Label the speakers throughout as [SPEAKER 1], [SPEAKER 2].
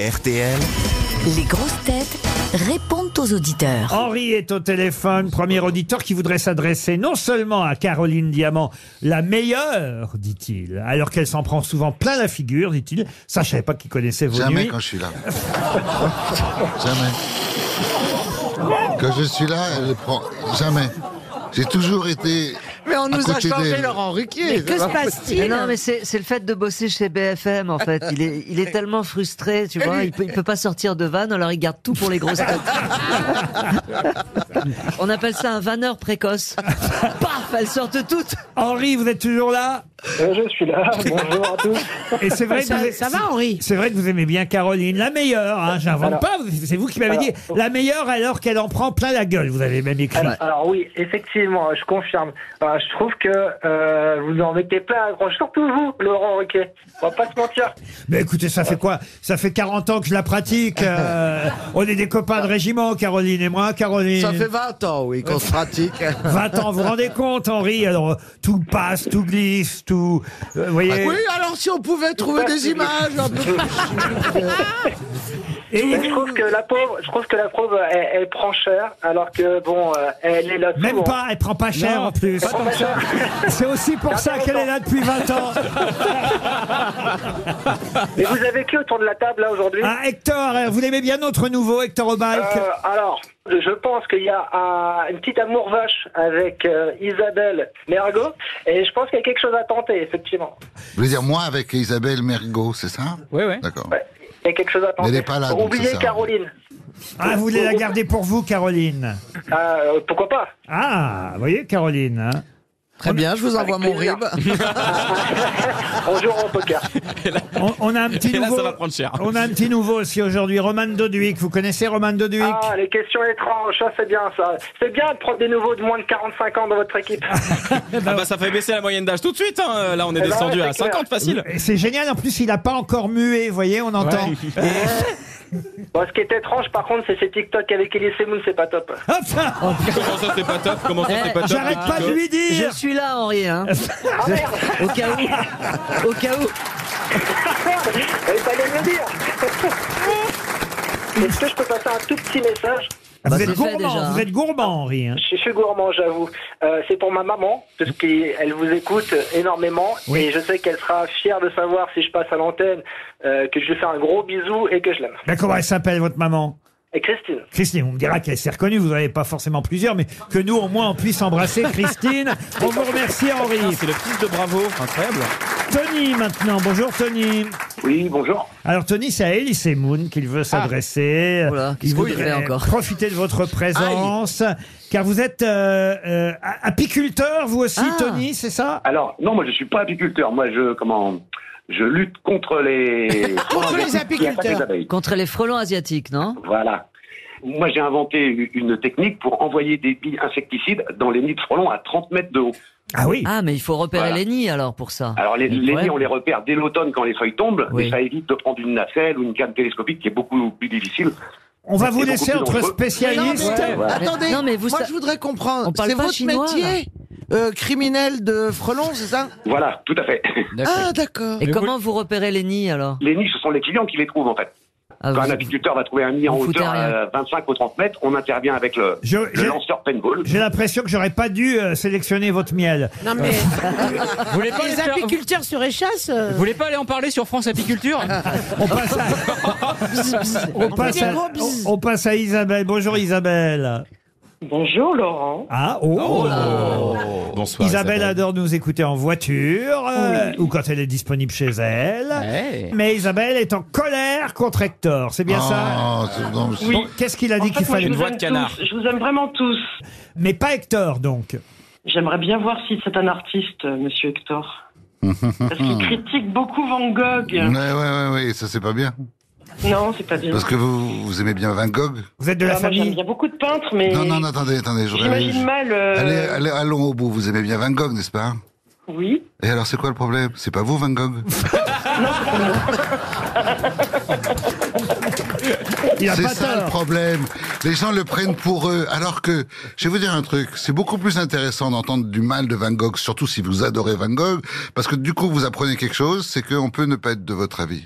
[SPEAKER 1] RTL.
[SPEAKER 2] Les grosses têtes répondent aux auditeurs.
[SPEAKER 3] Henri est au téléphone, premier auditeur qui voudrait s'adresser non seulement à Caroline Diamant, la meilleure, dit-il, alors qu'elle s'en prend souvent plein la figure, dit-il. Ça, je savais pas qu'il connaissait vos
[SPEAKER 4] Jamais
[SPEAKER 3] nuits.
[SPEAKER 4] quand je suis là. Jamais. Quand je suis là, elle prend. Jamais. J'ai toujours été.
[SPEAKER 5] Mais on
[SPEAKER 4] à
[SPEAKER 5] nous a
[SPEAKER 4] côté
[SPEAKER 5] changé
[SPEAKER 4] d'elle.
[SPEAKER 5] Laurent Ruquier.
[SPEAKER 6] Que se passe-t-il
[SPEAKER 7] Mais non, mais c'est c'est le fait de bosser chez BFM, en fait. Il est, il est tellement frustré, tu vois. Il peut, il peut pas sortir de vanne, alors il garde tout pour les grosses têtes. On appelle ça un vanneur précoce. Paf, elles sortent toutes.
[SPEAKER 3] Henri, vous êtes toujours là
[SPEAKER 8] Euh, Je suis là, bonjour à tous.
[SPEAKER 3] Et c'est vrai, que vous
[SPEAKER 6] ça,
[SPEAKER 3] êtes-
[SPEAKER 6] ça va, Henri
[SPEAKER 3] c'est vrai que vous aimez bien Caroline, la meilleure, hein, j'invente
[SPEAKER 8] Alors-
[SPEAKER 3] pas, c'est vous qui m'avez dit, la meilleure alors qu'elle en prend plein la gueule, vous avez même écrit.
[SPEAKER 8] Alors, alors oui, effectivement, je confirme. Euh, je trouve que euh, vous en mettez plein à la grange, surtout vous, Laurent Ruquier. On va pas se mentir.
[SPEAKER 3] Mais écoutez, ça fait quoi Ça fait 40 ans que je la pratique, euh, on est des copains de régiment, Caroline et moi, Caroline.
[SPEAKER 5] Ça fait 20 ans, oui, qu'on se pratique.
[SPEAKER 3] 20 ans, vous vous rendez compte, Henri Alors, euh, tout passe, tout glisse, tout. euh, vous voyez
[SPEAKER 5] Oui, alors si on pouvait trouver des images un peu
[SPEAKER 3] Et
[SPEAKER 8] Et je trouve que la pauvre, je trouve que la pauvre, elle, elle prend cher, alors que bon, euh, elle est là
[SPEAKER 3] Même
[SPEAKER 8] souvent.
[SPEAKER 3] pas, elle prend pas cher en plus.
[SPEAKER 8] Elle prend pas cher.
[SPEAKER 3] C'est aussi pour ça qu'elle est là depuis 20 ans.
[SPEAKER 8] Mais vous avez qui autour de la table là aujourd'hui
[SPEAKER 3] Ah, Hector, euh, vous l'aimez bien notre nouveau Hector Obalk
[SPEAKER 8] Euh, alors, je pense qu'il y a euh, une petite amour vache avec euh, Isabelle Mergot, et je pense qu'il y a quelque chose à tenter, effectivement.
[SPEAKER 4] Je veux dire, moi avec Isabelle Mergot, c'est ça
[SPEAKER 9] Oui, oui.
[SPEAKER 4] D'accord.
[SPEAKER 8] Ouais, Il y a quelque chose à tenter.
[SPEAKER 4] elle est pas là, donc c'est
[SPEAKER 8] Oubliez
[SPEAKER 4] ça.
[SPEAKER 8] Caroline.
[SPEAKER 3] Ah, vous voulez la garder pour vous, Caroline
[SPEAKER 8] Euh, pourquoi pas
[SPEAKER 3] Ah, vous voyez, Caroline hein
[SPEAKER 5] Très bien, je vous envoie mon
[SPEAKER 8] plaisir.
[SPEAKER 5] rib.
[SPEAKER 8] On jouera au poker.
[SPEAKER 3] on, on a un petit
[SPEAKER 9] Et là,
[SPEAKER 3] nouveau.
[SPEAKER 9] ça va prendre cher.
[SPEAKER 3] On a un petit nouveau aussi aujourd'hui, Roman Doduic. Vous connaissez Roman Doduic
[SPEAKER 8] Ah, les questions étranges, ça c'est bien ça. C'est bien de prendre des nouveaux de moins de 45 ans dans votre équipe.
[SPEAKER 9] Ah bah ça fait baisser la moyenne d'âge tout de suite. hein. Là, on est
[SPEAKER 8] bah
[SPEAKER 9] descendu
[SPEAKER 8] ouais,
[SPEAKER 9] à
[SPEAKER 8] c'est clair.
[SPEAKER 9] 50 facile.
[SPEAKER 3] Et C'est génial, en plus il n'a pas encore mué, vous voyez, on entend.
[SPEAKER 8] Bon, ce qui est étrange par contre, c'est ces TikTok avec Elie Semoun, c'est pas top.
[SPEAKER 3] Enfin,
[SPEAKER 9] Comment ça, c'est pas top Comment ça, c'est pas top
[SPEAKER 3] J'arrête pas de lui
[SPEAKER 7] Je
[SPEAKER 3] dire
[SPEAKER 7] suis là, Henri. Hein.
[SPEAKER 8] Ah merde
[SPEAKER 7] Au cas où. Au cas où.
[SPEAKER 8] Il fallait me le dire Est-ce que je peux passer un tout petit message
[SPEAKER 3] Ah, Vous
[SPEAKER 7] Bah,
[SPEAKER 3] êtes
[SPEAKER 7] c'est fait
[SPEAKER 3] gourmand,
[SPEAKER 7] déjà,
[SPEAKER 3] vous
[SPEAKER 7] hein.
[SPEAKER 3] êtes gourmand, Henri. hein.
[SPEAKER 8] Je suis gourmand, j'avoue. Euh, c'est pour ma maman, parce qu'elle vous écoute énormément.
[SPEAKER 3] Oui.
[SPEAKER 8] Et je sais qu'elle sera fière de savoir si je passe à l'antenne, euh, que je lui fais un gros bisou et que je l'aime.
[SPEAKER 3] Mais comment elle s'appelle, votre maman
[SPEAKER 8] Et Christine
[SPEAKER 3] Christine, on me dira qu'elle s'est reconnue, vous n'en avez pas forcément plusieurs, mais que nous, au moins, on puisse embrasser Christine. On vous remercie, Henri.
[SPEAKER 9] Ah, C'est le fils de Bravo, incroyable.
[SPEAKER 3] Tony, maintenant. Bonjour, Tony.
[SPEAKER 8] Oui, bonjour.
[SPEAKER 3] Alors, Tony, c'est à Elise Moon qu'il veut s'adresser.
[SPEAKER 7] Oula, qu'est-ce
[SPEAKER 3] Il
[SPEAKER 7] qu'on
[SPEAKER 3] voudrait
[SPEAKER 7] fait encore
[SPEAKER 3] profiter de votre présence, car vous êtes euh, euh, apiculteur, vous aussi,
[SPEAKER 7] Ah.
[SPEAKER 3] Tony, c'est ça
[SPEAKER 10] Alors, non, moi je suis pas apiculteur. Moi je comment je lutte contre les
[SPEAKER 6] Contre les
[SPEAKER 10] qui attaquent les
[SPEAKER 6] apiculteurs.
[SPEAKER 10] abeilles.
[SPEAKER 7] Contre les frelons asiatiques, non
[SPEAKER 10] Voilà. Moi j'ai inventé une- une technique pour envoyer des billes insecticides dans les nids de frelons à 30 mètres de haut.
[SPEAKER 3] Ah oui.
[SPEAKER 7] Ah, mais il faut repérer
[SPEAKER 10] Voilà.
[SPEAKER 7] les nids alors pour ça.
[SPEAKER 10] Alors les,
[SPEAKER 7] Mais
[SPEAKER 10] les
[SPEAKER 7] ouais.
[SPEAKER 10] nids on les repère dès l'automne quand les feuilles tombent,
[SPEAKER 7] Oui.
[SPEAKER 10] mais ça évite de prendre une nacelle ou une canne télescopique qui est beaucoup plus difficile.
[SPEAKER 3] On va
[SPEAKER 10] C'est
[SPEAKER 3] vous
[SPEAKER 10] beaucoup
[SPEAKER 3] laisser
[SPEAKER 10] plus
[SPEAKER 3] entre
[SPEAKER 10] dangereux.
[SPEAKER 3] spécialistes.
[SPEAKER 5] Non, mais,
[SPEAKER 7] Ouais.
[SPEAKER 5] Attendez,
[SPEAKER 7] Non, mais vous
[SPEAKER 5] moi
[SPEAKER 7] sa-
[SPEAKER 5] je voudrais comprendre.
[SPEAKER 7] On parle
[SPEAKER 5] C'est
[SPEAKER 7] pas
[SPEAKER 5] votre
[SPEAKER 7] chinois,
[SPEAKER 5] métier euh, criminel de frelon, c'est ça
[SPEAKER 10] Voilà, tout à fait.
[SPEAKER 5] Ah, d'accord.
[SPEAKER 7] Et
[SPEAKER 9] Mais
[SPEAKER 7] comment vous repérez les nids alors
[SPEAKER 10] Les nids, ce sont les clients qui les trouvent en fait.
[SPEAKER 7] Ah,
[SPEAKER 10] Quand
[SPEAKER 7] vous-
[SPEAKER 10] un apiculteur va trouver un nid en
[SPEAKER 7] Vous foutez
[SPEAKER 10] hauteur à 25 ou 30 mètres, on intervient avec le,
[SPEAKER 3] Je-
[SPEAKER 10] le
[SPEAKER 3] je-
[SPEAKER 10] lanceur paintball.
[SPEAKER 3] J'ai l'impression que j'aurais pas dû euh, sélectionner votre miel.
[SPEAKER 6] Non, mais
[SPEAKER 9] Vous voulez pas,
[SPEAKER 6] les apiculteurs sur échasse.
[SPEAKER 9] vous voulez pas aller en parler sur France Apiculture
[SPEAKER 3] On passe à, on passe à-
[SPEAKER 6] Gros bzzz.
[SPEAKER 3] on- on passe à Isabelle. Bonjour Isabelle.
[SPEAKER 8] Bonjour Laurent.
[SPEAKER 3] Ah, oh,
[SPEAKER 9] Bonsoir.
[SPEAKER 3] Isabelle adore nous écouter en voiture euh, ou quand elle est disponible chez elle.
[SPEAKER 9] Ouais.
[SPEAKER 3] Mais Isabelle est en colère contre Hector, c'est bien ça
[SPEAKER 4] Oh, c'est- non, mais c'est-
[SPEAKER 3] Bon, Qu'est-ce qu'il a dit qu'il fallait
[SPEAKER 9] Une voix de canard.
[SPEAKER 8] Je vous aime vraiment tous.
[SPEAKER 3] Mais pas Hector donc.
[SPEAKER 8] J'aimerais bien voir si c'est un artiste, euh, monsieur Hector. Parce qu'il critique beaucoup Van
[SPEAKER 4] Ouais,
[SPEAKER 8] Gogh.
[SPEAKER 4] ouais, ouais, ouais, ça c'est pas bien.
[SPEAKER 8] Non, c'est pas bien.
[SPEAKER 4] Parce que vous, vous aimez bien Van Gogh
[SPEAKER 3] Vous êtes de la
[SPEAKER 8] Ah, moi, j'aime
[SPEAKER 3] famille
[SPEAKER 8] bien beaucoup de peintres, mais
[SPEAKER 4] Non, non, non, attendez, attendez, je
[SPEAKER 8] j'imagine
[SPEAKER 4] réalise.
[SPEAKER 8] mal. euh,
[SPEAKER 4] Allez, allez, allons au bout, vous aimez bien Van Gogh, n'est-ce pas
[SPEAKER 8] Oui.
[SPEAKER 4] Et alors c'est quoi le problème C'est pas vous Van Gogh
[SPEAKER 3] Il a
[SPEAKER 4] C'est
[SPEAKER 3] pas
[SPEAKER 4] ça le
[SPEAKER 3] tort.
[SPEAKER 4] problème. Les gens le prennent pour eux. Alors que, je vais vous dire un truc, c'est beaucoup plus intéressant d'entendre du mal de Van Gogh, surtout si vous adorez Van Gogh, parce que du coup vous apprenez quelque chose, c'est qu'on peut ne pas être de votre avis.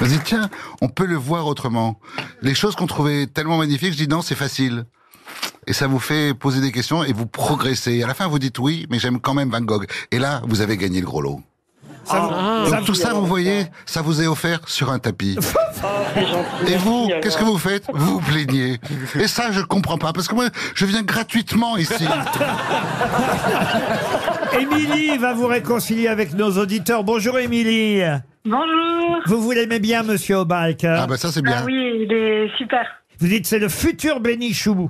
[SPEAKER 4] Vas-y, tiens, on peut le voir autrement. Les choses qu'on trouvait tellement magnifiques, je dis non, c'est facile. Et ça vous fait poser des questions et vous progressez. Et à la fin, vous dites oui, mais j'aime quand même Van Gogh. Et là, vous avez gagné le gros lot.
[SPEAKER 3] Ça vous-
[SPEAKER 4] Donc
[SPEAKER 3] ça vous-
[SPEAKER 4] tout ça, vous voyez, ça vous est offert sur un tapis.
[SPEAKER 8] Oh,
[SPEAKER 4] Et vous, qu'est-ce que vous faites Vous vous plaignez. Et ça, je comprends pas, parce que moi, je viens gratuitement ici.
[SPEAKER 3] Ah Émilie va vous réconcilier avec nos auditeurs. Bonjour Émilie.
[SPEAKER 8] Bonjour.
[SPEAKER 3] Vous vous l'aimez bien, monsieur Obalk hein
[SPEAKER 4] Ah bah ça, c'est bien.
[SPEAKER 8] Ah oui, il est super.
[SPEAKER 3] Vous dites c'est le futur Bénichou.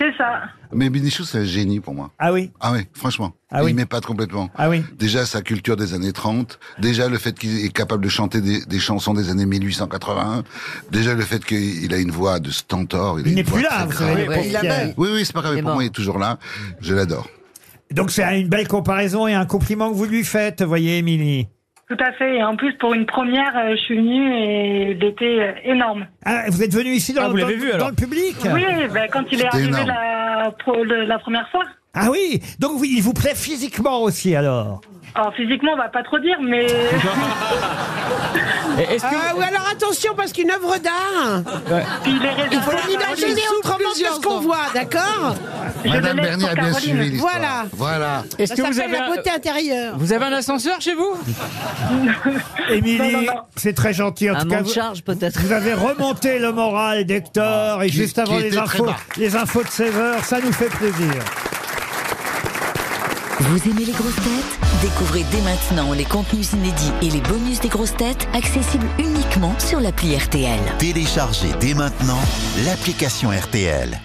[SPEAKER 8] C'est ça.
[SPEAKER 4] Mais Benichou, c'est un génie pour moi.
[SPEAKER 3] Ah oui
[SPEAKER 4] Ah oui, franchement.
[SPEAKER 3] Ah oui.
[SPEAKER 4] Il m'épate complètement.
[SPEAKER 3] Ah oui
[SPEAKER 4] Déjà sa culture des années 30, déjà le fait qu'il est capable de chanter des, des chansons des années 1881, déjà le fait qu'il a une voix de stentor. a
[SPEAKER 3] Il
[SPEAKER 4] une
[SPEAKER 3] n'est
[SPEAKER 4] voix
[SPEAKER 3] plus là, hein.
[SPEAKER 4] très
[SPEAKER 3] vous
[SPEAKER 4] grave.
[SPEAKER 3] savez. les
[SPEAKER 7] Ouais,
[SPEAKER 3] pauvres
[SPEAKER 11] il a
[SPEAKER 3] qui-
[SPEAKER 11] même-
[SPEAKER 4] Oui, oui, c'est pas grave,
[SPEAKER 7] Il
[SPEAKER 4] mais
[SPEAKER 7] est
[SPEAKER 4] pour
[SPEAKER 7] mort.
[SPEAKER 4] moi il est toujours là, je l'adore.
[SPEAKER 3] Donc c'est une belle comparaison et un compliment que vous lui faites, voyez Émilie.
[SPEAKER 8] Tout à fait. Et en plus, pour une première, euh, je suis venue et il était euh, énorme.
[SPEAKER 3] Ah, vous êtes venu ici dans,
[SPEAKER 12] Ah, vous
[SPEAKER 3] le-
[SPEAKER 12] l'avez
[SPEAKER 3] dans-
[SPEAKER 12] vu, alors
[SPEAKER 3] dans le public
[SPEAKER 8] Oui, ben, quand il est
[SPEAKER 4] C'était
[SPEAKER 8] arrivé
[SPEAKER 4] énorme.
[SPEAKER 8] la, pro- le- la première fois.
[SPEAKER 3] Ah oui Donc oui, il vous plaît physiquement aussi alors
[SPEAKER 8] Alors, physiquement, on va pas trop dire, mais
[SPEAKER 12] Et Est-ce que
[SPEAKER 5] Ah, ou alors attention, parce qu'une œuvre d'art,
[SPEAKER 8] il est
[SPEAKER 5] il faut
[SPEAKER 8] raisonnable.
[SPEAKER 5] l'imaginer
[SPEAKER 11] souffre
[SPEAKER 5] autrement que
[SPEAKER 11] plusieurs
[SPEAKER 5] ce qu'on
[SPEAKER 11] ans.
[SPEAKER 5] voit, d'accord
[SPEAKER 8] Je le
[SPEAKER 4] Madame
[SPEAKER 8] laisse
[SPEAKER 4] Bernier
[SPEAKER 8] pour
[SPEAKER 4] a bien
[SPEAKER 8] Caroline.
[SPEAKER 4] suivi l'histoire.
[SPEAKER 5] Voilà.
[SPEAKER 4] Voilà.
[SPEAKER 12] est-ce
[SPEAKER 5] Ça
[SPEAKER 12] que vous
[SPEAKER 5] s'appelle
[SPEAKER 12] avez
[SPEAKER 5] la
[SPEAKER 12] un...
[SPEAKER 5] beauté intérieure.
[SPEAKER 12] vous avez un ascenseur chez vous
[SPEAKER 8] Non,
[SPEAKER 3] Émilie,
[SPEAKER 8] non, non.
[SPEAKER 3] c'est très gentil en
[SPEAKER 7] Un
[SPEAKER 3] tout cas.
[SPEAKER 7] manque
[SPEAKER 3] vous-
[SPEAKER 7] de charge, peut-être.
[SPEAKER 3] Vous avez remonté le moral d'Hector et
[SPEAKER 4] Ah, Qui-
[SPEAKER 3] juste avant
[SPEAKER 4] qui
[SPEAKER 3] les
[SPEAKER 4] était très
[SPEAKER 3] infos,
[SPEAKER 4] bas.
[SPEAKER 3] les infos de 16 heures, ça nous fait plaisir.
[SPEAKER 2] Vous aimez les grosses têtes Découvrez dès maintenant les contenus inédits et les bonus des grosses têtes accessibles uniquement sur l'appli RTL.
[SPEAKER 13] Téléchargez dès maintenant l'application RTL.